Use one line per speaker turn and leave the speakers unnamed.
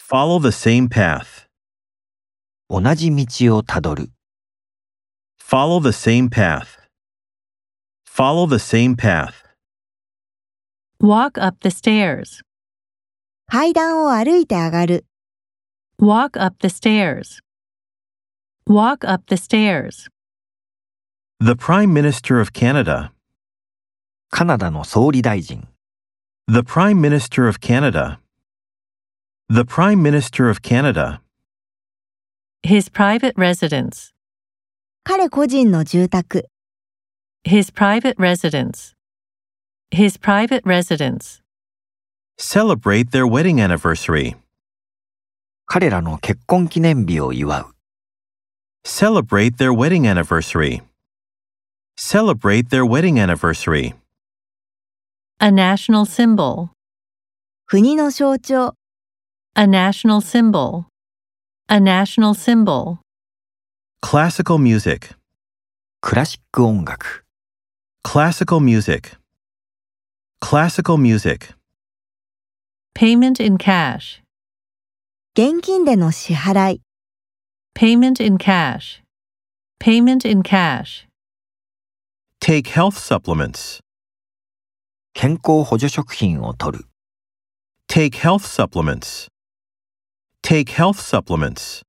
Follow the same path.
同じ道をたどる。
Follow the same path. Follow the same path.
Walk up the stairs.
階段を歩いて上がる。
Walk up the stairs. Walk up the stairs.
The Prime Minister of Canada.
カナダの総理大臣。
The Prime Minister of Canada. The Prime Minister of Canada.
His private residence.
彼個人の住宅。
His private residence. His private residence.
Celebrate their wedding anniversary.
彼らの結婚記念日を祝う。
Celebrate their wedding anniversary. Celebrate their wedding anniversary.
A national symbol.
国の象徴。
A national symbol. A national symbol.
Classical music.
クラシック音楽。
Classical music. Classical music.
Payment in cash.
現金での支払い。
Payment in cash. Payment in cash.
Take health supplements.
健康補助食品を取る。
Take health supplements. Take health supplements.